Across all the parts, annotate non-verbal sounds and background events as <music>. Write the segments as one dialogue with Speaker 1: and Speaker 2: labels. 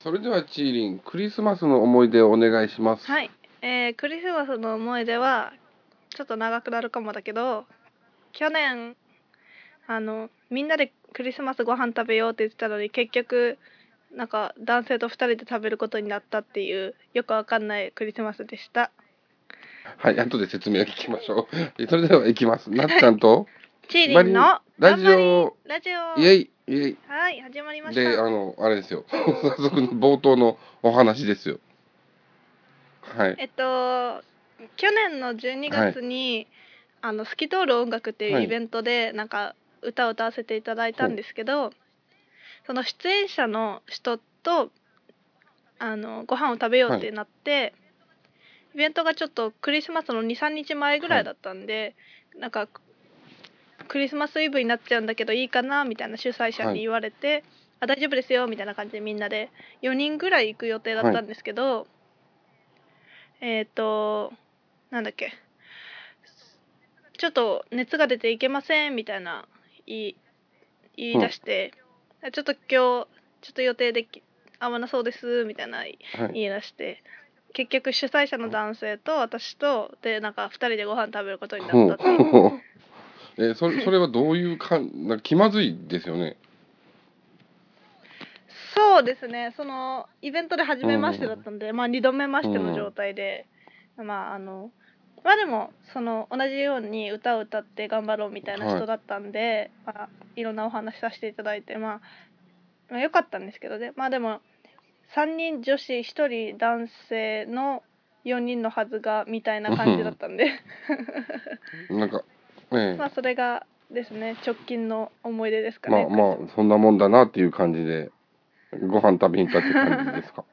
Speaker 1: それではチーリンクリスマスの思い出をお願いします
Speaker 2: はい、えークリスマスの思い出はちょっと長くなるかもだけど去年あのみんなでクリスマスご飯食べようって言ってたのに結局なんか男性と2人で食べることになったっていうよくわかんないクリスマスでした
Speaker 1: はい後で説明を聞きましょう <laughs> それでは行き
Speaker 2: <laughs>
Speaker 1: ますなっちゃんと
Speaker 2: チーリンの
Speaker 1: ラジオ
Speaker 2: ラジオ
Speaker 1: イエイイエイ
Speaker 2: はい始まりまし
Speaker 1: で
Speaker 2: た
Speaker 1: あのあれですよ <laughs> 早速の冒頭のお話ですよはい
Speaker 2: えっと去年の12月に、あの透き通る音楽ってい
Speaker 1: は
Speaker 2: う
Speaker 1: い
Speaker 2: イベントで、なんか歌を歌わせていただいたんですけどその出演者の人とあのご飯を食べようってなって、イベントがちょっとクリスマスの23日前ぐらいだったんで、なんかクリスマスイブになっちゃうんだけどいいかなみたいな主催者に言われて、あ大丈夫ですよみたいな感じでみんなで4人ぐらい行く予定だったんですけど、えっ、となんだっけちょっと熱が出ていけませんみたいな言い言い出して、ちょっと今日ちょっと予定でき合わなそうですみたいな
Speaker 1: はい
Speaker 2: 言い出して結局主催者の男性と私とでなんか2人でご飯食べることにな
Speaker 1: ほ
Speaker 2: っ
Speaker 1: う
Speaker 2: たってい
Speaker 1: <laughs>
Speaker 2: う
Speaker 1: えそれそれはどういうかんなんか気まずいですよね
Speaker 2: そうですねそのイベントで初めましてだったんで、まあ2度目ましての状態で、まああのまあでもその同じように歌を歌って頑張ろうみたいな
Speaker 1: は
Speaker 2: 人
Speaker 1: い
Speaker 2: だったんで、いまあ、いろんなお話しさせていただいてまあまあ良かったんですけどねまあでも3人女子1人男性の4人のはずがみたいな感じだったんで
Speaker 1: なんかええ
Speaker 2: まあそれがですね直近の思い出ですか
Speaker 1: まあ。
Speaker 2: ね
Speaker 1: まあそんなもんだなっていう感じでご飯食べに行ったっていう感じ
Speaker 2: <laughs>
Speaker 1: ですか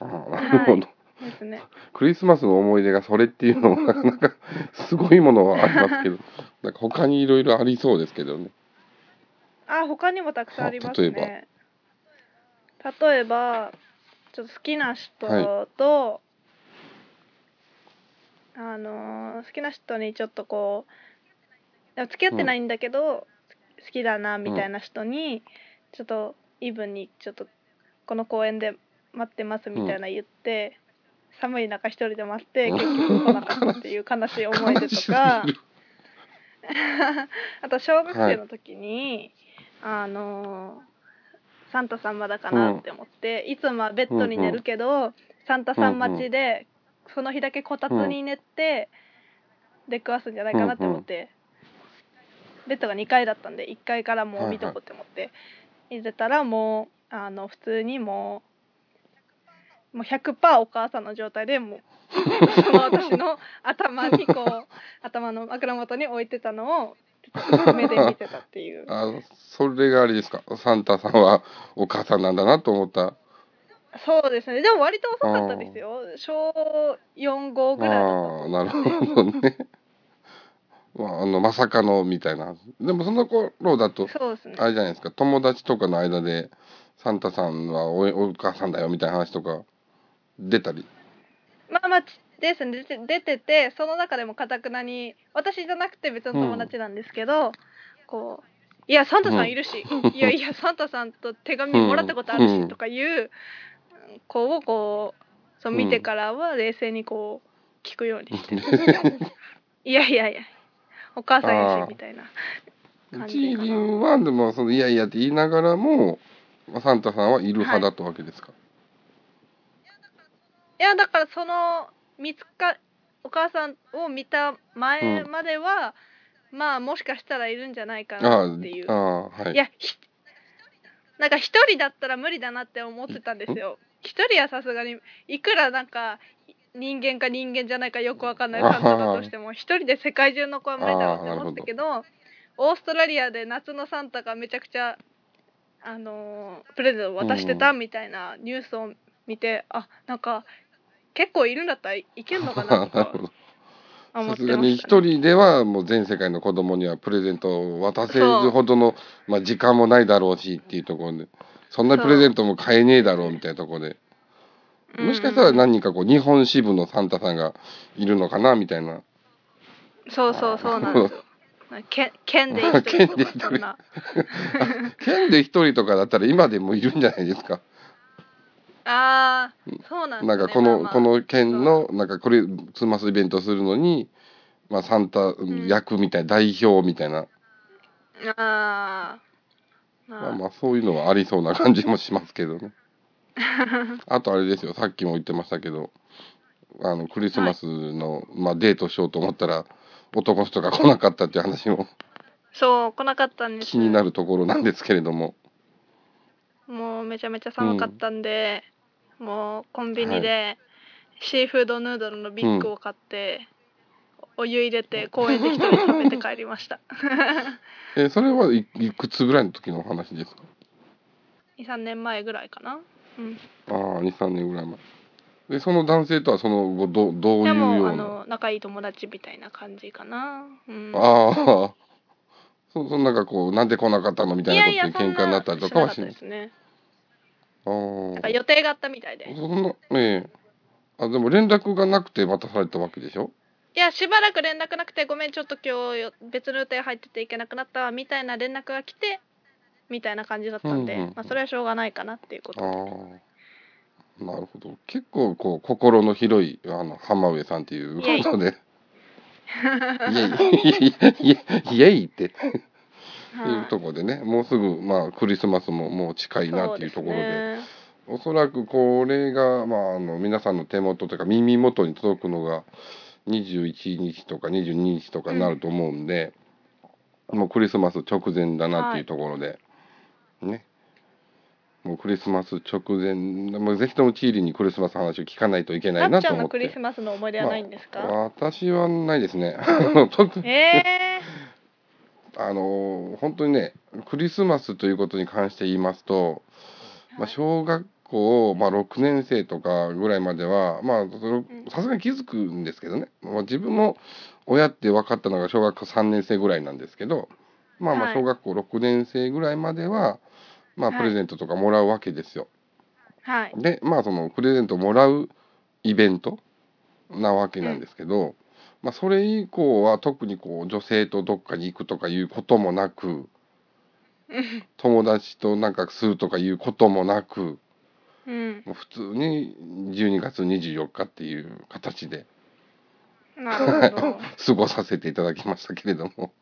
Speaker 1: ああなるほど、
Speaker 2: はですね。
Speaker 1: クリスマスの思い出がそれっていうのも
Speaker 2: <laughs>
Speaker 1: なかなかすごいものはありますけどなんか他にいろいろありそうですけどね
Speaker 2: あ他にもたくさんありますね例えばちょっと好きな人と、あのー好きな人にちょっとこうでも付き合ってないんだけど、好きだなみたいな人に、ちょっとイブにちょっとこの公園で待ってますみたいな言って、寒い中一人で待って結局来なかったっていう悲しい思い出
Speaker 1: 悲し
Speaker 2: と
Speaker 1: す
Speaker 2: か
Speaker 1: ぎ。る
Speaker 2: あと小学生の時に、あのーサンタさんまだかなって思って、いつもはベッドに寝るけど、サンタさん待ちで、その日だけこたつに寝て、出くわすんじゃないかなって思って、ベッドが2階だったんで1階からもう見とこうって思って、入れたらもうあの普通にもうもう100%お母さんの状態でもうその私の頭にこう頭の枕元に置いてたのを目で見てたっていう
Speaker 1: あそれがあれですかサンタさんはお母さんなんだなと思った
Speaker 2: そうですねでも割と遅かったですよ小45ぐらいだった
Speaker 1: ああなるほどね <laughs> まああのまさかのみたいなでもその頃だと
Speaker 2: そうですね
Speaker 1: あれじゃないですか友達とかの間でサンタさんはおお母さんだよみたいな話とか出たり
Speaker 2: まあまあちですね出て出ててその中でもかたくなに私じゃなくて別の友達なんですけど、こう「いやサンタさんいるし、いやいやサンタさんと手紙もらったことあるし」
Speaker 1: うん
Speaker 2: とかいう子をこうそう見てからは冷静にこう聞くよう
Speaker 1: <laughs>
Speaker 2: にして、いやいやいやお母さんいる
Speaker 1: あー
Speaker 2: しみたいな感
Speaker 1: チ
Speaker 2: じ
Speaker 1: ー
Speaker 2: か
Speaker 1: リ
Speaker 2: な。
Speaker 1: ンはでもそのいやいやって言いながらもまあサンタさんはいる派だったわけですか、
Speaker 2: いやだからその見つかお母さんを見た前
Speaker 1: うん
Speaker 2: までは、まあもしかしたらいるんじゃないか
Speaker 1: ああ
Speaker 2: なっていう
Speaker 1: ああはい
Speaker 2: いやひなんか一人だったら無理だなって思ってたんですよ一人はさすがにいくらなんか人間か人間じゃないかよくわかんないサンタだとしても一人で世界中の子は無理だろうって思ったけどオーストラリアで夏のサンタがめちゃくちゃあのープレゼントを渡してたみたいなニュースを見て、あなんか結構いるんだったらいいけんのかな
Speaker 1: <laughs>
Speaker 2: と
Speaker 1: な
Speaker 2: か
Speaker 1: るほど
Speaker 2: 思
Speaker 1: さ
Speaker 2: って
Speaker 1: すが
Speaker 2: ま
Speaker 1: に
Speaker 2: し
Speaker 1: 一
Speaker 2: た、ね、
Speaker 1: 人ではもう全世界の子供にはプレゼントを渡せるほどの、まあ、時間もないだろうしっていうところでそんなにプレゼントも買えねえだろうみたいなところで
Speaker 2: うん
Speaker 1: もしかしたら何人かこう日本支部のサンタさんがいるのかなみたいな
Speaker 2: そうそうそうなんですよ
Speaker 1: <laughs>
Speaker 2: け県で一人とかそんな。
Speaker 1: 県で一人とかだったら今でもいるんじゃないですか
Speaker 2: ああそうなんですね
Speaker 1: なんかこ
Speaker 2: まあ
Speaker 1: の、
Speaker 2: まあ
Speaker 1: この県のなんかクリスマスイベントするのに、まあ、サンタ
Speaker 2: ん
Speaker 1: 役みたいな代表みたいな、
Speaker 2: あーまあ
Speaker 1: まあ、まあそういうのはありそうな感じもしますけど
Speaker 2: <laughs>
Speaker 1: ねあとあれですよさっきも言ってましたけどあのクリスマスの、まあ、デートしようと思ったら男の人が来なかったっていう
Speaker 2: <laughs>
Speaker 1: 話も
Speaker 2: そう来なかったんです
Speaker 1: 気になるところなんですけれども
Speaker 2: もうめちゃめちゃ寒かったんで、もうコンビニでシーフードヌードルのビッグを買って、お湯入れて公園で一人で食べて帰りました <laughs>
Speaker 1: えそれはいいくつぐらいの時の話ですか
Speaker 2: 23年前ぐらいかな、うん、
Speaker 1: ああ23年ぐらい前でその男性とはその後どどうい
Speaker 2: で
Speaker 1: うよ
Speaker 2: もあ
Speaker 1: うな
Speaker 2: の仲いい友達みたいな感じかな、うん、
Speaker 1: ああ <laughs> そそのなんかこうなんで来なかったのみたいなことで喧嘩になったりとかはし
Speaker 2: しな
Speaker 1: な
Speaker 2: か
Speaker 1: い
Speaker 2: ったですね
Speaker 1: あー
Speaker 2: なんか予定があったみたいで
Speaker 1: そんなええあでも連絡がなくて渡されたわけでしょ
Speaker 2: いやしばらく連絡なくてごめんちょっと今日よ別の予定入ってて行けなくなったわみたいな連絡が来てみたいな感じだったんで、
Speaker 1: うんうんうん
Speaker 2: まあ、それはしょうがないかなっていうこ
Speaker 1: あ
Speaker 2: と
Speaker 1: あ
Speaker 2: で
Speaker 1: なるほど結構こう心の広いあの浜上さんっていうこと
Speaker 2: <laughs>
Speaker 1: でイエイイエイイエイイエイって
Speaker 2: はい
Speaker 1: いうところでねもうすぐ、まあ、クリスマスももう近いなっていうところで
Speaker 2: そうすね
Speaker 1: おそらくこれが、まあ、あの皆さんの手元というか耳元に届くのが21日とか22日とかになると思うんで、もうクリスマス直前だなっていうところで、ねもうクリスマス直前もうぜひともチーリーにクリスマスの話を聞かないといけない
Speaker 2: なっ
Speaker 1: な
Speaker 2: ちゃ
Speaker 1: と
Speaker 2: ん
Speaker 1: 思っ
Speaker 2: のクリ
Speaker 1: て
Speaker 2: ス。マスの思い出はないんですか、
Speaker 1: まあ私はないですね。あの特に
Speaker 2: え
Speaker 1: あの本当にねクリスマスということに関して言いますと、まあ、小学校、まあ、6年生とかぐらいまではまあそのさすがに気づくんですけどね、まあ、自分も親って分かったのが小学校3年生ぐらいなんですけど、まあ、ま
Speaker 2: は
Speaker 1: あ
Speaker 2: い
Speaker 1: 小学校6年生ぐらいまでは、まあ、
Speaker 2: はい
Speaker 1: プレゼントとかもらうわけですよ。
Speaker 2: ー、はい
Speaker 1: でまあそのプレゼントもらうイベントなわけなんですけど、まあ、それ以降は特にこう女性とどっかに行くとかいうこともなく友達となんかするとかいうこともなく
Speaker 2: うん
Speaker 1: <laughs> もう普通に12月24日っていう形で
Speaker 2: なるほど
Speaker 1: 過ごさせていただきましたけれども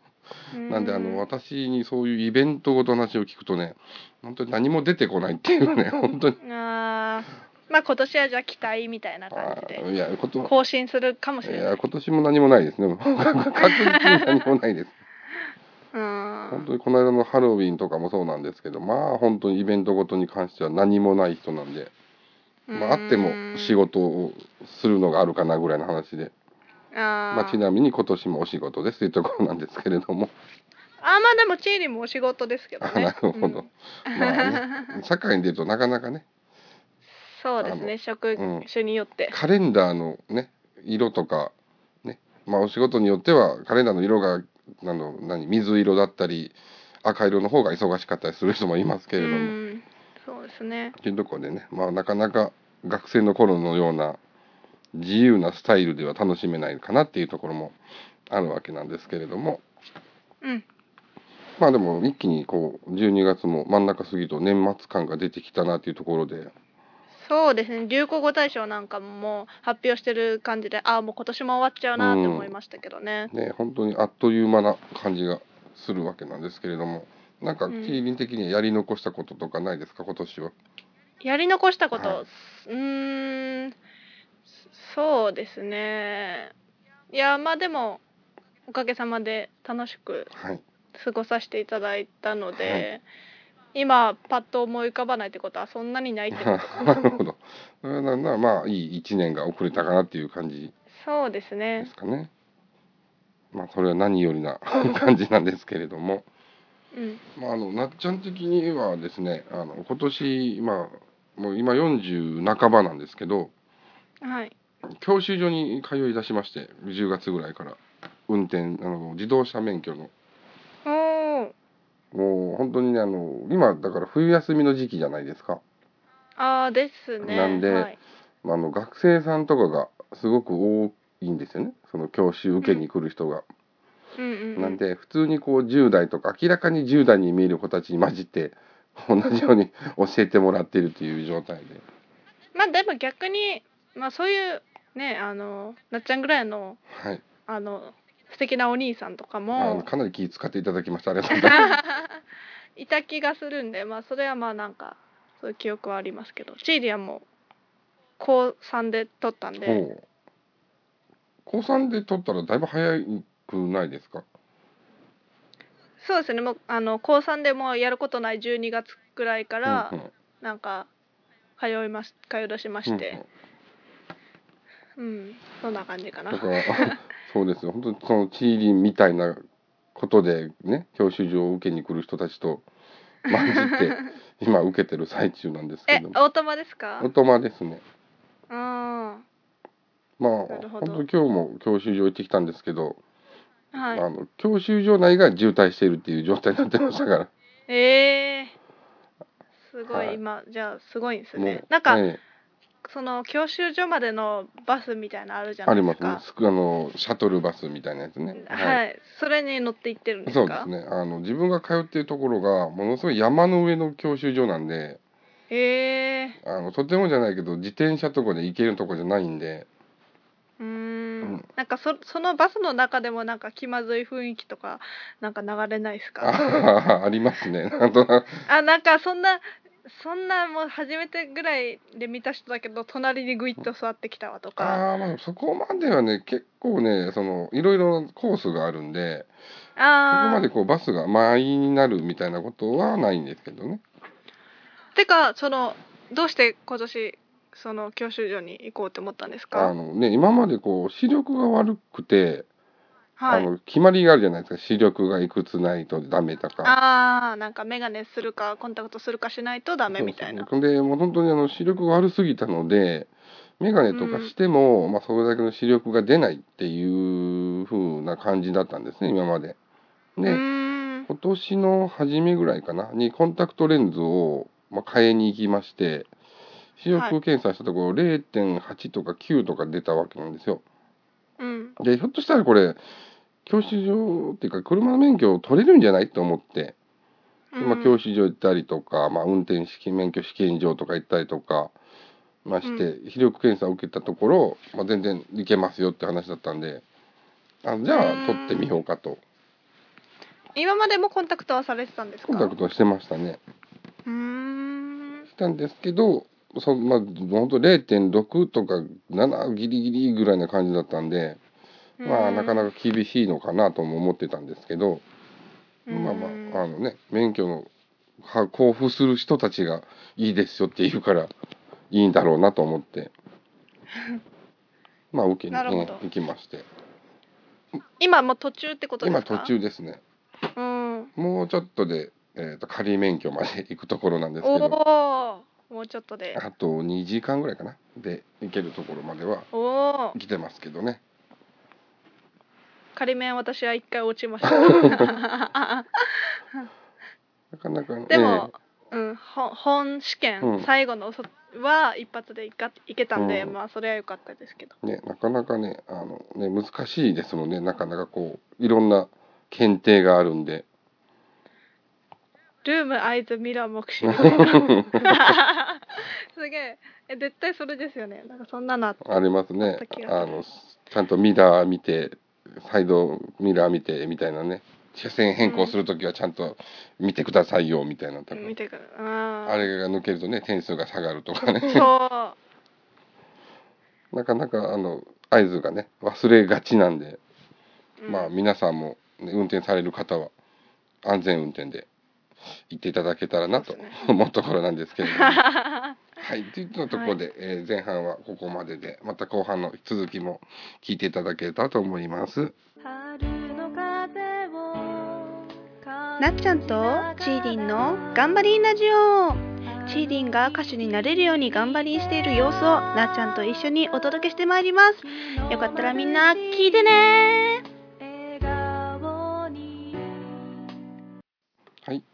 Speaker 1: なんであの私にそういうイベントごとの話を聞くとね本当に何も出てこないっていう
Speaker 2: <laughs>
Speaker 1: ね本当に
Speaker 2: うんあーまあ今年はじゃあ期待みたいな感じ
Speaker 1: あ
Speaker 2: で
Speaker 1: ーいやこと
Speaker 2: 更新するかもし
Speaker 1: い
Speaker 2: れな
Speaker 1: や
Speaker 2: い
Speaker 1: 今年も何もないです
Speaker 2: <laughs>
Speaker 1: ね確実に何もないです
Speaker 2: う
Speaker 1: 本
Speaker 2: ん
Speaker 1: 当にこの間のハロウィンとかもそうなんですけどまあ本当にイベントごとに関しては何もない人なんで、まあ、あっても仕事をするのがあるかなぐらいの話で、
Speaker 2: あ
Speaker 1: まあ、ち
Speaker 2: ー
Speaker 1: なみに今年もお仕事ですというところなんですけれども
Speaker 2: あーまあでもチーリーもお仕事ですけど
Speaker 1: あ
Speaker 2: ね
Speaker 1: なるほど、
Speaker 2: うん
Speaker 1: ま
Speaker 2: <laughs>
Speaker 1: あね社会に出るとなかなかね
Speaker 2: そうです
Speaker 1: あ
Speaker 2: ね職
Speaker 1: うん
Speaker 2: 種によって、
Speaker 1: カレンダーのね色とかねまあお仕事によってはカレンダーの色があの何水色だったり赤色の方が忙しかったりする人もいますけ
Speaker 2: う
Speaker 1: れども、
Speaker 2: んそうですね
Speaker 1: というところでねまあなかなか学生の頃のような自由なスタイルでは楽しめないかなっていうところもあるわけなんですけれども
Speaker 2: うん
Speaker 1: まあでも一気にこう12月も真ん中過ぎと年末感が出てきたなっていうところで
Speaker 2: そうですね流行語大賞なんかももう発表してる感じでああもう今年も終わっちゃうなって思いましたけどね、
Speaker 1: ね本当にあっという間な感じがするわけなんですけれどもなんか
Speaker 2: うん
Speaker 1: 地理的にはやり残したこととかないですか今年は。
Speaker 2: やり残したこと、
Speaker 1: はいう
Speaker 2: ーんそうですねいやまあでもおかげさまで楽しく
Speaker 1: はい、
Speaker 2: 過ごさせていただいたので、今パッと思い浮かばないってことはそんなにないっ
Speaker 1: <laughs>
Speaker 2: てこと
Speaker 1: なるほど。なんだまあいい1年が遅れたかなっていう感じ
Speaker 2: そうですね
Speaker 1: ですかね。まあそれは何よりな感じなんですけれども、
Speaker 2: うん
Speaker 1: まああのなっちゃん的にはですね、あの今年まあもう今40半ばなんですけど、
Speaker 2: はい
Speaker 1: 教習所に通い出しまして、10月ぐらいから運転あの自動車免許の
Speaker 2: おー
Speaker 1: もう本当にねあの今だから冬休みの時期じゃないですか。
Speaker 2: ああですね
Speaker 1: なんで
Speaker 2: はい、
Speaker 1: まああの学生さんとかがすごく多いんですよね。その教習受けに来る人が。
Speaker 2: うんうん、うん、
Speaker 1: なんで普通にこう10代とか明らかに10代に見える子たちに混じって同じように教えてもらっているという状態で
Speaker 2: まあでも逆に、まあ、そういうねあのなっちゃんぐらいの
Speaker 1: はい
Speaker 2: あの素敵なお兄さんとか
Speaker 1: あの
Speaker 2: も
Speaker 1: かなり気使っていただきましたありがとうございます
Speaker 2: いた気がするんで、まあ、それはまあなんかそういう記憶はありますけどチーリアンも高3で取ったんで
Speaker 1: おう高3で取ったらだいぶ早くないですか
Speaker 2: そうですねもうあの高3でもうやることない12月ぐらいから、
Speaker 1: うんうん
Speaker 2: なんか通います通い出しまして、うんそんな感じかな
Speaker 1: だから <laughs> そうですよ本当にそのチーリンみたいなことでね教習所を受けに来る人たちと混じって
Speaker 2: <laughs>
Speaker 1: 今受けてる最中なんですけ
Speaker 2: え
Speaker 1: ども
Speaker 2: オートマですか
Speaker 1: オトマですね
Speaker 2: あ
Speaker 1: まあ
Speaker 2: なるほ
Speaker 1: 本
Speaker 2: ど
Speaker 1: 当今日も教習所行ってきたんですけど、
Speaker 2: あはい
Speaker 1: あの教習所内が渋滞しているっていう状態になってましたから
Speaker 2: ええすごい、
Speaker 1: はい
Speaker 2: 今じゃあすごいんです
Speaker 1: も
Speaker 2: <laughs> ね
Speaker 1: う
Speaker 2: なんか、
Speaker 1: ええ
Speaker 2: その教習所までのバスみたいなのあるじゃ
Speaker 1: あ
Speaker 2: ない
Speaker 1: り
Speaker 2: で
Speaker 1: ますすね
Speaker 2: か
Speaker 1: すくあのシャトルバスみたいなやつね
Speaker 2: はい、それに乗って行ってるんです
Speaker 1: そ
Speaker 2: か
Speaker 1: うですねあの自分が通っているところがものすごい山の上の教習所なんで
Speaker 2: ええ
Speaker 1: あのとてもじゃないけど自転車とかで行けるとこじゃないんで
Speaker 2: うーん
Speaker 1: うん
Speaker 2: なんかそそのバスの中でもなんか気まずい雰囲気とかなんか流れないです
Speaker 1: <laughs>
Speaker 2: か
Speaker 1: あああります
Speaker 2: <laughs>
Speaker 1: ねなんとなく
Speaker 2: あなんかそんなそんなもう初めてぐらいで見た人だけど隣にグイッと座ってきたわとか
Speaker 1: ああまあそこまではね結構ねそのいろいろコースがあるんでそこ
Speaker 2: あ
Speaker 1: ま
Speaker 2: あ
Speaker 1: でこうバスが満員になるみたいなことはないんですけどね
Speaker 2: てかそのどうして今年その教習所に行こうって思ったんです
Speaker 1: あ
Speaker 2: か
Speaker 1: のね今までこう視力が悪くて、
Speaker 2: は
Speaker 1: あ
Speaker 2: い
Speaker 1: の決まりがあるじゃないですか視力がいくつないとダメとか
Speaker 2: ああなんか眼鏡するかコンタクトするかしないとダメみたいな
Speaker 1: そうそうでもう本当にあの視力が悪すぎたので眼鏡とかしても、まあ、それだけの視力が出ないっていう風な感じだったんですね今まで。
Speaker 2: う
Speaker 1: で、
Speaker 2: ーん
Speaker 1: 今年の初めぐらいかなにコンタクトレンズを、まあ、買いに行きまして視
Speaker 2: はい
Speaker 1: 力検査したところ0.8とか9とか出たわけなんですよ。
Speaker 2: うん
Speaker 1: でひょっとしたらこれ教習所っていうか車の免許を取れるんじゃないと思って。
Speaker 2: うん
Speaker 1: まあ、教習所行ったりとか、まあ、運転試験免許試験場とか行ったりとか、まあ、して、視力検査を受けたところ、まあ、全然いけますよって話だったんであじゃ
Speaker 2: うん
Speaker 1: あ取ってみようかと
Speaker 2: 今までもコンタクトはされてたんですか
Speaker 1: コンタクトしてましたね。
Speaker 2: うーん
Speaker 1: したんですけどそまあ本当0.6とか7ギリギリぐらいな感じだったんで、まあ、なかなか厳しいのかなとも思ってたんですけど、まあまああのね免許のは交付する人たちがいいですよって言うからいいんだろうなと思って
Speaker 2: <laughs>
Speaker 1: まあ受けに、
Speaker 2: なるほ
Speaker 1: ね
Speaker 2: ど、
Speaker 1: 行きまして
Speaker 2: 今もう途中ってことで
Speaker 1: 今
Speaker 2: すか
Speaker 1: 途中ですね
Speaker 2: うん
Speaker 1: もうちょっとで、えー、と仮免許まで行くところなんですけど
Speaker 2: おおもうちょっとで
Speaker 1: あと2時間ぐらいかなで行けるところまでは
Speaker 2: おお
Speaker 1: 来てますけどね
Speaker 2: 仮面私は一回落ちました
Speaker 1: <laughs> なかなかね
Speaker 2: でも、うん、ほ本試験、
Speaker 1: うん
Speaker 2: 最後のそは一発でいかいけたんで、
Speaker 1: うん
Speaker 2: まあそれは良かったですけど
Speaker 1: ね、なかなかねあのね難しいですもんねなかなかこういろんな検定があるんで
Speaker 2: ルームアイズミラー目
Speaker 1: <laughs>
Speaker 2: <laughs> 視すげええ絶対それですよねなんかそんなのあった
Speaker 1: あります
Speaker 2: あっ
Speaker 1: ね
Speaker 2: た気がする
Speaker 1: あのちゃんとミラー見てサイドミラー見てみたいなね車線変更するときはちゃんと見てくださいよみたいなとか、
Speaker 2: 見てくるあ
Speaker 1: あれが抜けるとね点数が下がるとかね <laughs>
Speaker 2: そう
Speaker 1: なかなかあの合図がね忘れがちなんで、
Speaker 2: うん
Speaker 1: まあ皆さんもね、運転される方は安全運転で行っていただけたらなと
Speaker 2: そうです
Speaker 1: 思うところなんですけれ
Speaker 2: <laughs>
Speaker 1: ども。はい、といったところで、えー前半はここまででまた後半の続きも聞いていただけたらと思います。
Speaker 3: 春の風を
Speaker 2: なっちゃんとチーリンの頑張りんラジオチーリンが歌手になれるように頑張りんしている様子をなっちゃんと一緒にお届けしてまいりますよかったらみんな聞いてね
Speaker 3: 笑顔に
Speaker 1: はい、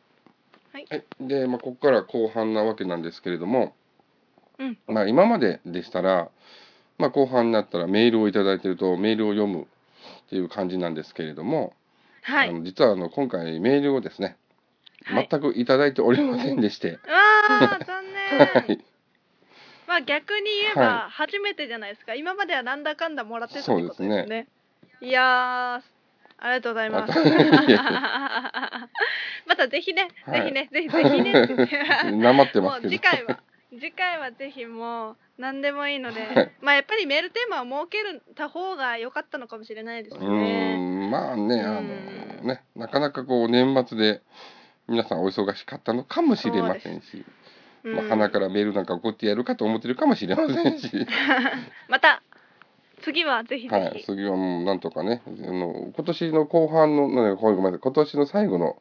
Speaker 2: はい
Speaker 1: はい、で、まあ、ここから後半なわけなんですけれども、
Speaker 2: うん
Speaker 1: まあ、今まででしたら、まあ、後半になったらメールをいただいてるとメールを読むっていう感じなんですけれども、
Speaker 2: は
Speaker 1: あ
Speaker 2: い
Speaker 1: の実はあの今回メールをですね
Speaker 2: はい <laughs>
Speaker 1: 全くいただいておりませんでして、
Speaker 2: うわー残
Speaker 1: は
Speaker 2: 念
Speaker 1: い
Speaker 2: まあ逆に言えば
Speaker 1: は
Speaker 2: 初めてじゃないですか、今まではなんだかんだもらってたって
Speaker 1: そ
Speaker 2: こ
Speaker 1: う
Speaker 2: と
Speaker 1: で
Speaker 2: です
Speaker 1: ね
Speaker 2: すねいやーありがとうござ
Speaker 1: <laughs>
Speaker 2: いますまたぜひね、
Speaker 1: はい
Speaker 2: ぜひねぜひぜひねって
Speaker 1: <laughs>
Speaker 2: 言って
Speaker 1: なまって
Speaker 2: も
Speaker 1: ます
Speaker 2: う
Speaker 1: けど
Speaker 2: 次回は次回はぜひもう何でもいいので、
Speaker 1: はい
Speaker 2: まあやっぱりメールテーマを設けるた方が良かったのかもしれないです
Speaker 1: う
Speaker 2: ね。
Speaker 1: ーんまあねあのねなかなかこう年末で皆さんお忙しかったのかもしれませんし、
Speaker 2: うん
Speaker 1: まあ、鼻からメールなんか送ってやるかと思ってるかもしれませんし、
Speaker 2: また次はぜひぜひ、
Speaker 1: はい、次はもうなんとかねあの今年の後半のなごめんなさい今年の最後の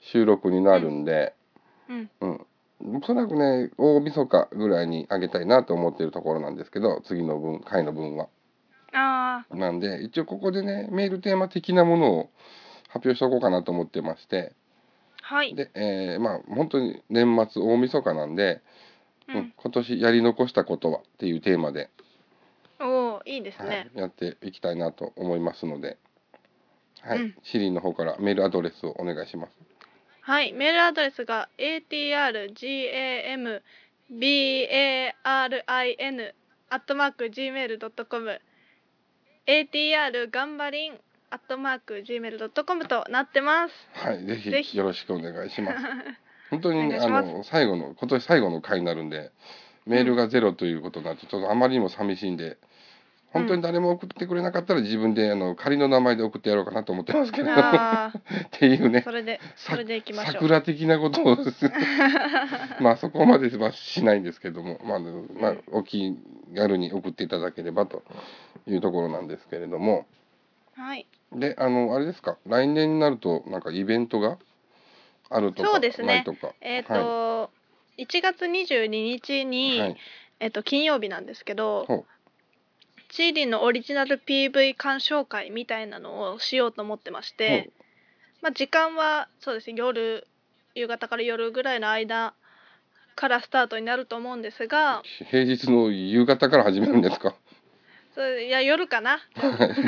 Speaker 1: 収録になるんで、
Speaker 2: うん、
Speaker 1: うん、おそらくね大晦日ぐらいにあげたいなと思ってるところなんですけど次の分回の分は。
Speaker 2: あ
Speaker 1: なんで一応ここでねメールテーマ的なものを発表しておこうかなと思ってまして
Speaker 2: あはい、
Speaker 1: で、えーまあ本当に年末大晦日なんで、
Speaker 2: うん
Speaker 1: うん今年やり残したことはっていうテーマで、
Speaker 2: おおいいです
Speaker 1: はい
Speaker 2: ね、
Speaker 1: やっていきたいなと思いますので、はい
Speaker 2: うん
Speaker 1: シリンの方からメールアドレスをお願いします。
Speaker 2: はい、メールアドレスが atrgambarin アットマーク gmail.com atr 頑張りんアットマーク gmail.com となっ
Speaker 1: <laughs>
Speaker 2: てます
Speaker 1: はい、ぜひ
Speaker 2: ぜひ
Speaker 1: よろしくお願いし
Speaker 2: <laughs>
Speaker 1: ます。本当に
Speaker 2: お
Speaker 1: ね
Speaker 2: 願い
Speaker 1: あ
Speaker 2: します
Speaker 1: の最後の今年最後の回になるんでメールがゼロということになるとちょっとあまりにも寂しいんで本当に誰も送ってくれなかったら自分であの仮の名前で送ってやろうかなと思ってますけど <laughs> っ
Speaker 2: あ
Speaker 1: ていう
Speaker 2: ー
Speaker 1: ね
Speaker 2: そ
Speaker 1: <laughs>
Speaker 2: れで
Speaker 1: さ
Speaker 2: それでいきましょう
Speaker 1: 桜的なことを
Speaker 2: <laughs>
Speaker 1: まあそこまではしないんですけども、まあでもまあ
Speaker 2: うん、
Speaker 1: お気軽に送っていただければというところなんですけれども
Speaker 2: はい
Speaker 1: であのあれですか来年になるとなんかイベントがあるとか
Speaker 2: そうですね
Speaker 1: ないとか。
Speaker 2: えっ、と、
Speaker 1: は
Speaker 2: 1月22日に、
Speaker 1: はい
Speaker 2: えっと金曜日なんですけど
Speaker 1: ほう
Speaker 2: チーリンのオリジナル PV 鑑賞会みたいなのをしようと思ってまして、まあ、時間はそうですね夜夕方から夜ぐらいの間からスタートになると思うんですが
Speaker 1: 平日の夕方から始めるんですか <laughs>
Speaker 2: それいや夜かな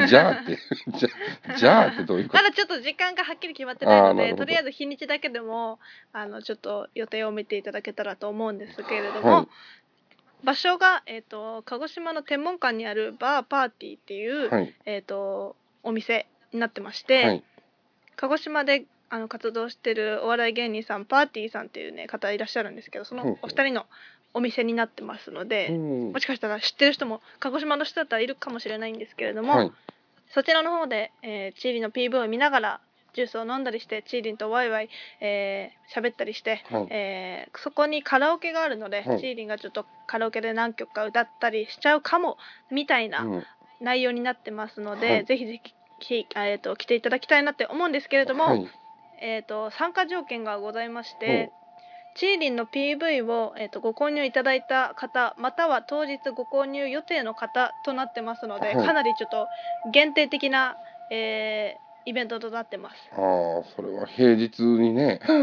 Speaker 1: じゃあって <laughs> じゃじゃあってどういうこ
Speaker 2: ま
Speaker 1: と
Speaker 2: だちょっと時間がはっきり決まってないの
Speaker 1: あーなる
Speaker 2: で
Speaker 1: ほど
Speaker 2: とりあえず日にちだけでもあのちょっと予定を見ていただけたらと思うんですけれども、
Speaker 1: はい
Speaker 2: 場所が、えっと鹿児島の天文館にあるバーパーティーっていう、
Speaker 1: はい
Speaker 2: えっとお店になってまして、
Speaker 1: はい
Speaker 2: 鹿児島であの活動してるお笑い芸人さんパーティーさんっていうね方いらっしゃるんですけどそ
Speaker 1: ほう
Speaker 2: の
Speaker 1: ほう
Speaker 2: お二人のお店になってますので、
Speaker 1: うん
Speaker 2: もしかしたら知ってる人も鹿児島の人だったらいるかもしれないんですけれども、
Speaker 1: はい
Speaker 2: そちらの方で、えーチーリンの PV を見ながらジュースを飲んだりしてチーリンとワイワイ喋、えー、喋ったりして、
Speaker 1: はい
Speaker 2: えーそこにカラオケがあるので、
Speaker 1: はい
Speaker 2: チーリンがちょっとカラオケで何曲か歌ったりしちゃうかもみたいな
Speaker 1: うん
Speaker 2: 内容になってますので、
Speaker 1: はい
Speaker 2: ぜひぜひ。きえー、と来ていただきたいなって思うんですけれども、
Speaker 1: はい
Speaker 2: えー、と参加条件がございましてチーリンの PV を、えー、とご購入いただいた方または当日ご購入予定の方となってますので、
Speaker 1: はい
Speaker 2: かなりちょっと限定的な、えーイベントとなってます
Speaker 1: <laughs>
Speaker 2: <laughs>
Speaker 1: ああーそれは平日にね
Speaker 2: まあ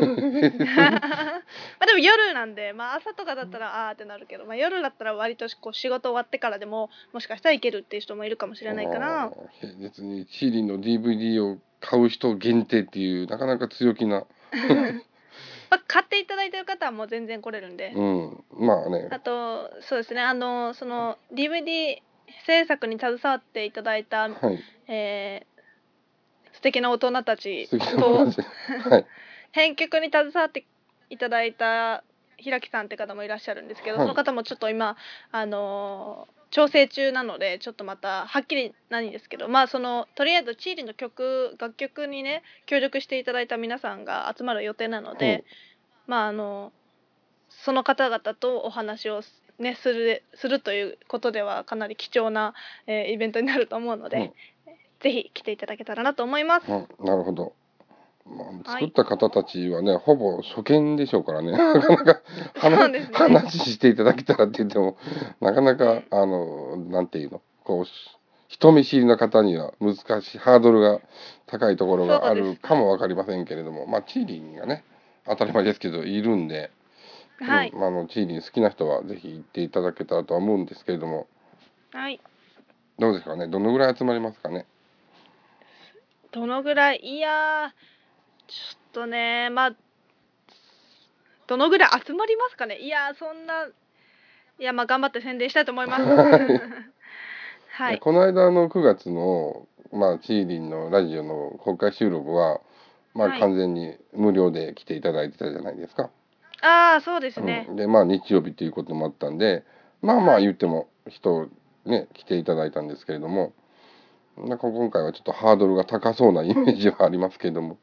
Speaker 2: でも夜なんで、まあ、朝とかだったらあーってなるけど、まあ、夜だったら割とこう仕事終わってからでももしかしたらいけるっていう人もいるかもしれないか
Speaker 1: あ
Speaker 2: ら
Speaker 1: ー平日にチリの DVD を買う人限定っていうなかなか強気な
Speaker 2: まあ、買っていただいてる方はもう全然来れるんで、
Speaker 1: うんまあね
Speaker 2: あとそうですねあのその DVD 制作に携わっていただいた、
Speaker 1: はい
Speaker 2: えー素敵な大人たち
Speaker 1: 次の
Speaker 2: と
Speaker 1: 話はい
Speaker 2: 編曲に携わっていただいた平木さんって方もいらっしゃるんですけど、
Speaker 1: はい
Speaker 2: その方もちょっと今あのー調整中なのでちょっとまたはっきりないんですけどまあそのとりあえずチーリの曲楽曲にね協力していただいた皆さんが集まる予定なの <laughs> で、
Speaker 1: はい
Speaker 2: まああのその方々とお話をすねするするということではかなり貴重な、えーイベントになると思うので、
Speaker 1: うん
Speaker 2: ぜひ来ていただけたらなと思います。
Speaker 1: うんなるほど、まあ、
Speaker 2: は
Speaker 1: 作
Speaker 2: い
Speaker 1: った方たちはね、ほぼ初見でしょうからねなかなか
Speaker 2: そう
Speaker 1: 話,、
Speaker 2: ですね
Speaker 1: 話していただけたらって言ってもなかなかあのなんていうのこうし人見知りの方には難しいハードルが高いところがあ
Speaker 2: そうで
Speaker 1: る
Speaker 2: す
Speaker 1: かもわかりませんけれども、まあチーリンがね当たり前ですけどいるんで、
Speaker 2: はい、
Speaker 1: うんまああのチーリン好きな人はぜひ行っていただけたらとは思うんですけれども
Speaker 2: はい
Speaker 1: どうですかねどのぐらい集まりますかね
Speaker 2: どのぐらいいやーちょっとねまあどのぐらい集まりますかねいやーそんないやまあ頑張って宣伝したいと思
Speaker 1: <laughs>
Speaker 2: いますは
Speaker 1: で
Speaker 2: い
Speaker 1: この間の9月の、まあ、チーリンのラジオの公開収録は、まあ、
Speaker 2: はい
Speaker 1: 完全に無料で来ていただいてたじゃないですか。
Speaker 2: ああそうですね
Speaker 1: うん、でまあ日曜日ということもあったんでまあまあ言っても人ね来ていただいたんですけれどもなんか今回はちょっとハードルが高そうなイメージはありますけれども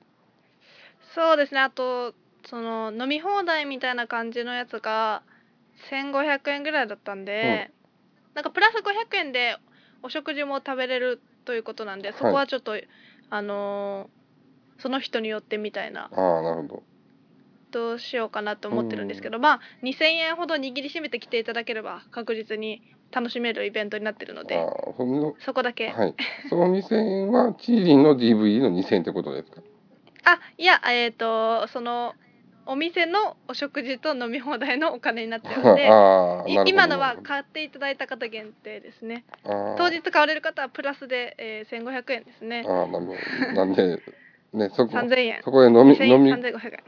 Speaker 2: そうですねあとその飲み放題みたいな感じのやつが1500円ぐらいだったんで、なんかプラス500円でお食事も食べれるということなんでそこはちょっと、あのーその人によってみたい
Speaker 1: あ
Speaker 2: な
Speaker 1: あなるほど
Speaker 2: どうしようかなと思ってるんですけど、まあ2,000円ほど握りしめて来ていただければ確実に楽しめるイベントになってるので
Speaker 1: ああその
Speaker 2: そこだけ、
Speaker 1: はいその2000円はチーリンの DVD の2000円ってことですか
Speaker 2: あいやえっ、とそのお店のお食事と飲み放題のお金になっちゃうの
Speaker 1: <laughs>
Speaker 2: で。
Speaker 1: ああ
Speaker 2: い今のは買っていただいた方限定ですね当
Speaker 1: 当
Speaker 2: 日買われる方はプラスで、えー、1500円ですね
Speaker 1: ああなるほどなんでねそこ
Speaker 2: 3000円
Speaker 1: そこへ飲み
Speaker 2: 2000
Speaker 1: 飲
Speaker 2: 円
Speaker 1: み
Speaker 2: 3500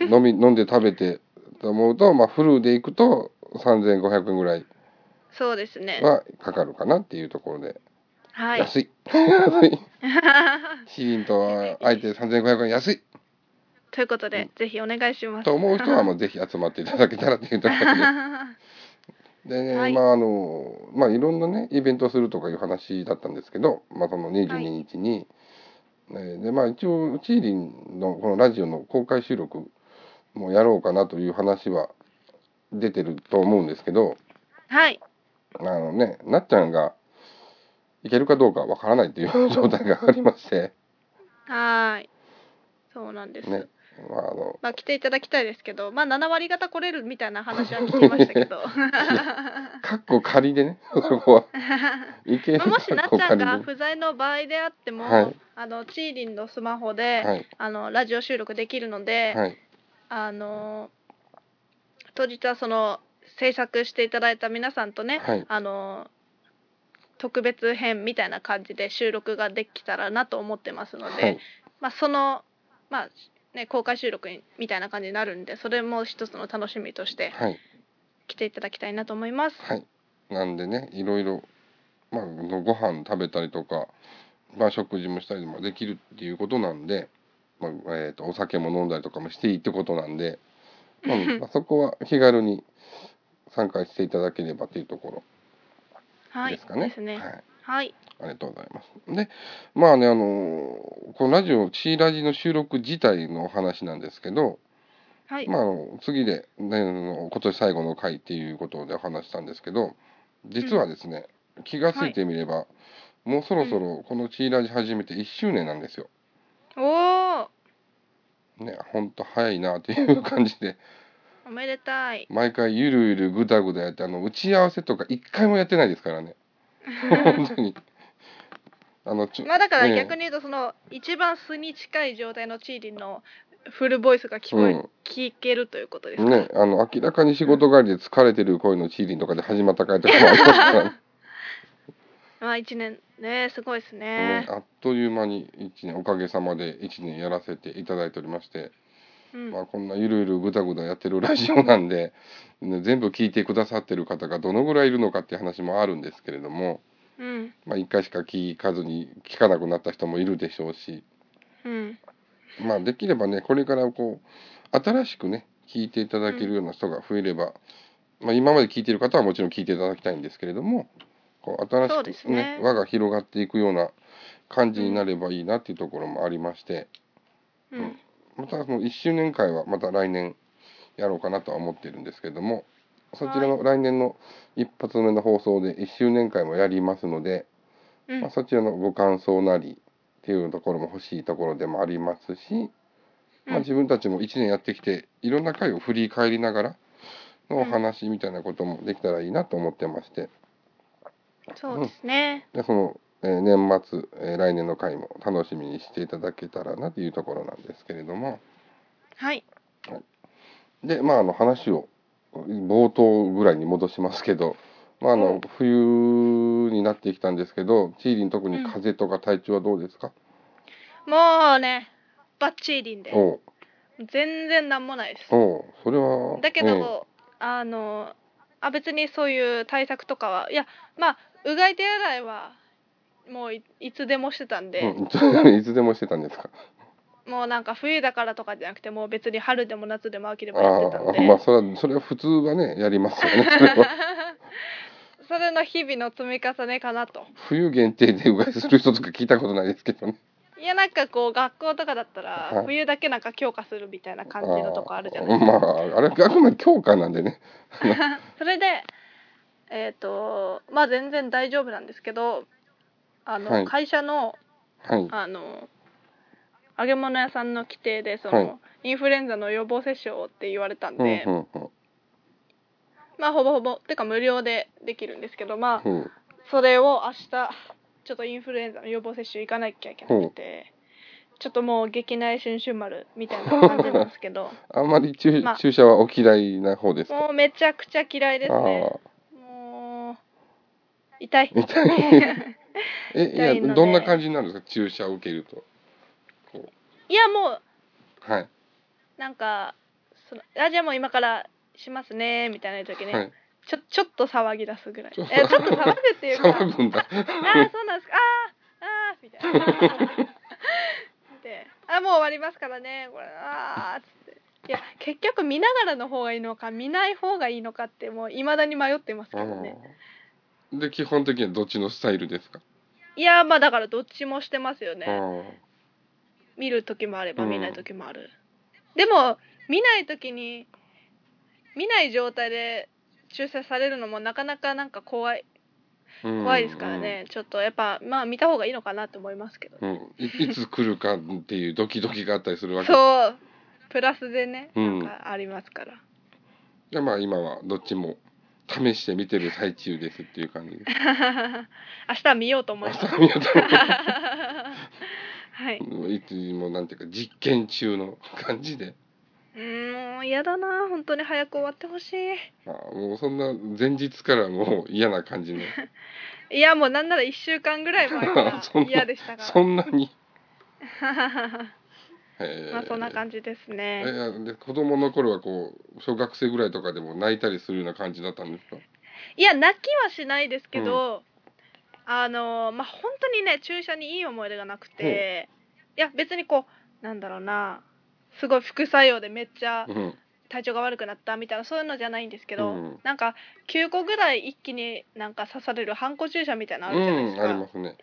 Speaker 2: 円
Speaker 1: 飲み飲んで食べてと思うと、まあ、フルでいくと3500円ぐらい
Speaker 2: そうですね
Speaker 1: はかかるかなっていうところで
Speaker 2: はい
Speaker 1: 安
Speaker 2: <laughs>
Speaker 1: い安いシリンとは相手3500円安い
Speaker 2: ということで、ぜひお願いします
Speaker 1: と思う人は
Speaker 2: <laughs>
Speaker 1: もうぜひ集まっていただけたらっていうところででね、
Speaker 2: はい
Speaker 1: まああのまあいろんなねイベントをするとかいう話だったんですけど、まあ、その22日に、えーでまあ一応チーリンのこのラジオの公開収録もやろうかなという話は出てると思うんですけど
Speaker 2: はい
Speaker 1: あのねなっちゃんがいけるかどうかわからないという状態がありまして
Speaker 2: はーいそうなんです、
Speaker 1: ねまああの
Speaker 2: まあ来ていただきたいですけどまあ7割方来れるみたいな話は聞きましたけ
Speaker 1: <laughs>
Speaker 2: ど
Speaker 1: かっこ仮でねそこは
Speaker 2: <laughs>
Speaker 1: いける
Speaker 2: まあもしなっちゃんが
Speaker 1: で
Speaker 2: 不在の場合であっても、
Speaker 1: はい
Speaker 2: あのチーリンのスマホで、
Speaker 1: はい
Speaker 2: あのラジオ収録できるので、
Speaker 1: はい
Speaker 2: あの当日はその制作していただいた皆さんとね、
Speaker 1: はい
Speaker 2: あの特別編みたいな感じで収録ができたらなと思ってますので、
Speaker 1: はい
Speaker 2: まあ、その、まあね、公開収録にみたいな感じになるんでそれも一つの楽しみとして
Speaker 1: はい
Speaker 2: 来ていただきたいなと思います。
Speaker 1: はいなんでねいろいろまあご飯食べたりとかまあ食事もしたりもできるっていうことなんで、まあえー、とお酒も飲んだりとかもしていいってことなんで、
Speaker 2: <laughs>
Speaker 1: まあまあそこは気軽に参加していただければというとこ
Speaker 2: は
Speaker 1: ろ
Speaker 2: い、
Speaker 1: ですかね。
Speaker 2: ですね。
Speaker 1: はい
Speaker 2: はい、
Speaker 1: ありがとうございます。で、まあね、あのーこのラジオ、シーラジの収録自体のお話なんですけど、
Speaker 2: はい、
Speaker 1: まあ、あの次で、ね、あの今年最後の回っていうことでお話したんですけど、実はですね、気がついてみれば、もうそろそろこのシーラジ始めて1周年なんですよ。
Speaker 2: お
Speaker 1: ね、ほんと早いなという感じで、
Speaker 2: お、おめでたい。
Speaker 1: 毎回ゆるゆるぐだぐだやって、あの、打ち合わせとか一回もやってないですからね。本当に。あの、ちょ
Speaker 2: まあだから
Speaker 1: ね
Speaker 2: 逆に言うとその一番素に近い状態のチーリンのフルボイスが聞こえ、
Speaker 1: うん
Speaker 2: 聞けるということですか、
Speaker 1: ね、あの明らかに仕事帰りで疲れてる声のチーリンとかで始まった回とかもありますからね
Speaker 2: まあ一年ねすごいです
Speaker 1: ね
Speaker 2: ね。
Speaker 1: あっという間に1年おかげさまで1年やらせていただいておりまして、
Speaker 2: うん、
Speaker 1: まあ、こんなゆるゆるぐだぐだやってるラジオなんで、ね、全部聞いてくださってる方がどのぐらいいるのかっていう話もあるんですけれども、
Speaker 2: うん、
Speaker 1: まあ、1回しか聞かずに聞かなくなった人もいるでしょうし、
Speaker 2: うん、
Speaker 1: まあ、できればねこれからこう新しくね聞いていただけるような人が増えれば、まあ、今まで聞いてる方はもちろん聞いていただきたいんですけれどもこう新
Speaker 2: そう
Speaker 1: し
Speaker 2: です
Speaker 1: くね
Speaker 2: ね
Speaker 1: 輪が広がっていくような感じになればいいなっていうところもありまして、
Speaker 2: うん、
Speaker 1: またその1周年会はまた来年やろうかなとは思ってるんですけれどもそちらの来年の一発目の放送で1周年会もやりますので、
Speaker 2: うん
Speaker 1: まあ、そちらのご感想なりっていうところも欲しいところでもありますし、まあ、自分たちも1年やってきていろんな回を振り返りながらのお話みたいなこともできたらいいなと思ってまして
Speaker 2: そうですね。
Speaker 1: でその、えー年末、えー来年の回も楽しみにしていただけたらなというところなんですけれども
Speaker 2: はい、
Speaker 1: でまああの話を冒頭ぐらいに戻しますけど、まあ、あの冬になってきたんですけどチーリン特に風邪とか体調はどうですか、
Speaker 2: もうね、バッチリンで
Speaker 1: おう
Speaker 2: 全然なんもないです。
Speaker 1: おうそれは
Speaker 2: だけど、
Speaker 1: ええ
Speaker 2: あのあ別にそういう対策とかはいやまあうがい手洗いはもういいつでもしてたんで、
Speaker 1: うん <laughs> いつでもしてたんですか
Speaker 2: もうなんか冬だからとかじゃなくてもう別に春でも夏でも秋でもやってたん
Speaker 1: ああ
Speaker 2: で、
Speaker 1: まあそれはそれは普通はねやりますよね
Speaker 2: <laughs>
Speaker 1: それは
Speaker 2: それの日々の積み重ねかなと
Speaker 1: 冬限定でうがいする人とか聞いたことないですけどね
Speaker 2: いやなんかこう学校とかだった
Speaker 1: は
Speaker 2: ら
Speaker 1: い
Speaker 2: 冬だけなんか強化するみたいな感じのとこあるじゃない
Speaker 1: あまああれはあくまで強化なんでね
Speaker 2: それでえっ、とまあ全然大丈夫なんですけどあの、
Speaker 1: はい
Speaker 2: 会社の
Speaker 1: はい
Speaker 2: あの揚げ物屋さんの規定でその、
Speaker 1: はい
Speaker 2: インフルエンザの予防接種をって言われた
Speaker 1: う
Speaker 2: ん
Speaker 1: ん
Speaker 2: で、
Speaker 1: うんうん
Speaker 2: まあほぼほぼてか無料でできるんですけどまあ
Speaker 1: ほう
Speaker 2: それを明日ちょっとインフルエンザの予防接種行かなきゃいけなくて、ちょっともう激内春春丸みたいな感じなんです
Speaker 1: <laughs>
Speaker 2: けど
Speaker 1: あんまり注,、
Speaker 2: まあ
Speaker 1: 注射はお嫌いな方ですか
Speaker 2: もうめちゃくちゃ嫌いですね
Speaker 1: ああ
Speaker 2: もう痛い
Speaker 1: 痛いえ
Speaker 2: 痛い
Speaker 1: い
Speaker 2: の
Speaker 1: や
Speaker 2: で
Speaker 1: どんな感じになるんですか注射を受けると
Speaker 2: <laughs> いやも
Speaker 1: はい、
Speaker 2: うなんかそのあじゃあもう今からしますねみたいな時に、
Speaker 1: はい
Speaker 2: ちょちょっと騒ぎ出すぐらい
Speaker 1: ち
Speaker 2: え
Speaker 1: ょっと
Speaker 2: ちょっと騒ぐっていうかああ
Speaker 1: <laughs> 騒ぐん
Speaker 2: <laughs>
Speaker 1: だ
Speaker 2: そうなんですかああああみたいなであもう終わりますからねこれああつっていや結局見ながらの方がいいのか見ない方がいいのかってもういまだに迷ってますけどね
Speaker 1: うんで基本的にはどっちのスタイルですか、
Speaker 2: いやまあだからどっちもしてますよね、
Speaker 1: あ
Speaker 2: 見る時もあれば
Speaker 1: うん
Speaker 2: 見ない時もある、でも見ない時に見ない状態で注射されるのもなかなかなんか怖い
Speaker 1: あうん
Speaker 2: 怖いですからね、ちょっとやっぱまあ見た方がいいのかなと思いますけど、
Speaker 1: うんい <laughs> いつ来るかっていうドキドキがあったりするわけ
Speaker 2: そうプラスでね、
Speaker 1: うん
Speaker 2: なんかありますから
Speaker 1: でまあ今はどっちも試して見てる最中ですっていう感じです <laughs>
Speaker 2: 明日は見ようと思います
Speaker 1: 朝宮さん
Speaker 2: はい
Speaker 1: いつもなんていうか実験中の感じで、
Speaker 2: うーんもう嫌だな本当に早く終わってほしい
Speaker 1: まあ、もうそんな前日からもう嫌な感じの
Speaker 2: いやもうなんなら1週間ぐらい前か
Speaker 1: <laughs> そ
Speaker 2: ら
Speaker 1: んな
Speaker 2: 嫌でしたか
Speaker 1: そ
Speaker 2: ら
Speaker 1: んなに
Speaker 2: <laughs> まあそんな感じです
Speaker 1: じ
Speaker 2: ね、
Speaker 1: えーで子供の頃はこう小学生ぐらいとかでも泣いたりするような感じだったんですか
Speaker 2: いや泣きはしないですけど、あのまあ本当にね注射にいい思い出がなくて、いや別にこうなんだろうなすごい副作用でめっちゃ
Speaker 1: うん
Speaker 2: 体調が悪くなったみたいなそういうのじゃないんですけど、
Speaker 1: うん
Speaker 2: なんか9個ぐらい一気になんか刺されるハンコ注射みたいなのあ
Speaker 1: う
Speaker 2: るじゃないです
Speaker 1: ん
Speaker 2: か、
Speaker 1: ありますね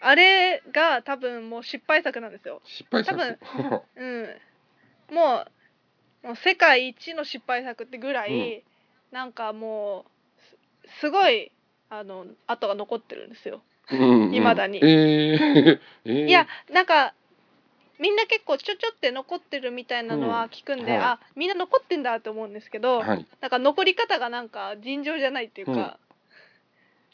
Speaker 2: あれが多分もう失敗作なんですよ
Speaker 1: 失敗作
Speaker 2: うんもうもう世界一の失敗作ってぐらい、なんかもうすすごいあの跡が残ってるんですよ、
Speaker 1: うん <laughs> うん
Speaker 2: <laughs> 未だに
Speaker 1: えーえー
Speaker 2: いやなんかみんな結構ちょちょって残ってるみたいなのは聞くんで、
Speaker 1: うんはい
Speaker 2: あみんな残ってんだと思うんですけど、
Speaker 1: はい
Speaker 2: なんか残り方がなんか尋常じゃないっていうか、
Speaker 1: うん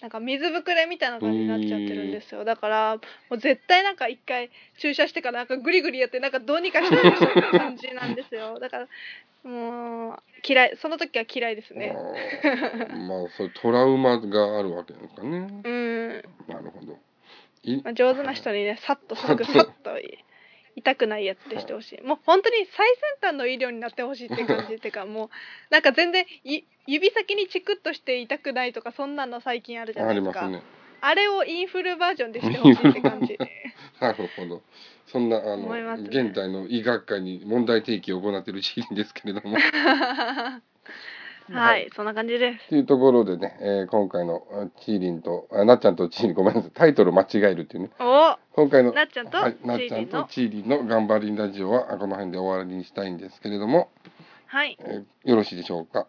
Speaker 2: なんか水ぶくれみたいな感じになっちゃってるんですよだからもう絶対なんか一回注射してからなんかグリグリやってなんかどうにかしてほしいって感じなんで
Speaker 1: <laughs>
Speaker 2: すよだからもう嫌いその時は嫌いですね
Speaker 1: あーまあそう <laughs> いうトラウマがあるわけですかね
Speaker 2: うん、
Speaker 1: なるほどい
Speaker 2: まあ、上手な人にねさっと
Speaker 1: <laughs>
Speaker 2: すぐさっと痛くないやつでしてほしいもう本当に最先端の医療になってほしいって感じっていうかもうなんか全然い指先にチクッとして痛くないとかそんなの最近あるじゃな
Speaker 1: あ
Speaker 2: い
Speaker 1: り
Speaker 2: で
Speaker 1: ま
Speaker 2: すか
Speaker 1: すね
Speaker 2: あれをインフルバージョンでしてほしいって感じ。
Speaker 1: なるほど。そんなあの、
Speaker 2: 思いますね
Speaker 1: 現代の医学界に問題提起を行っているシーンですけれども。 <laughs>
Speaker 2: はい、そんな感じです。
Speaker 1: というところでね、えー今回のあチーリンとあなっちゃんとチーリンごめんなさいタイトル間違えるっていうね。
Speaker 2: お、
Speaker 1: 今回の
Speaker 2: なっちゃんと
Speaker 1: はいなっ
Speaker 2: チーリン
Speaker 1: ち
Speaker 2: の
Speaker 1: ゃんとチーリンの頑張りラジオはあこの辺で終わりにしたいんですけれども、
Speaker 2: はい、
Speaker 1: えーよろしいでしょうか。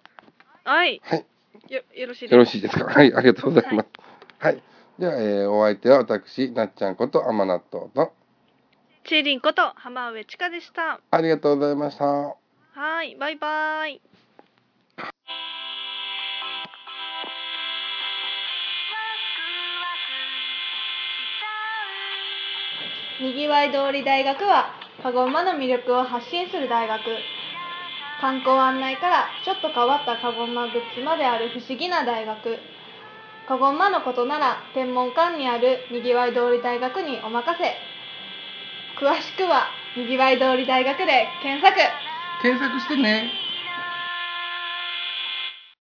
Speaker 2: はい、
Speaker 1: はい。
Speaker 2: よ、よろしい
Speaker 1: よ
Speaker 2: で
Speaker 1: ろ
Speaker 2: す。
Speaker 1: しいですか。はい、ありがとうございます。はい。では、えーお相手は私なっちゃんこと甘納豆と
Speaker 2: チーリンこと浜上千佳でした。
Speaker 1: ありがとうございました。
Speaker 2: はい、バイバイ。にぎわい通り大学はカゴ馬の魅力を発信する大学観光案内からちょっと変わったカゴ馬グッズまである不思議な大学カゴ馬のことなら天文館にあるにぎわい通り大学にお任せ詳しくはにぎわい通り大学で検索
Speaker 1: 検索してね。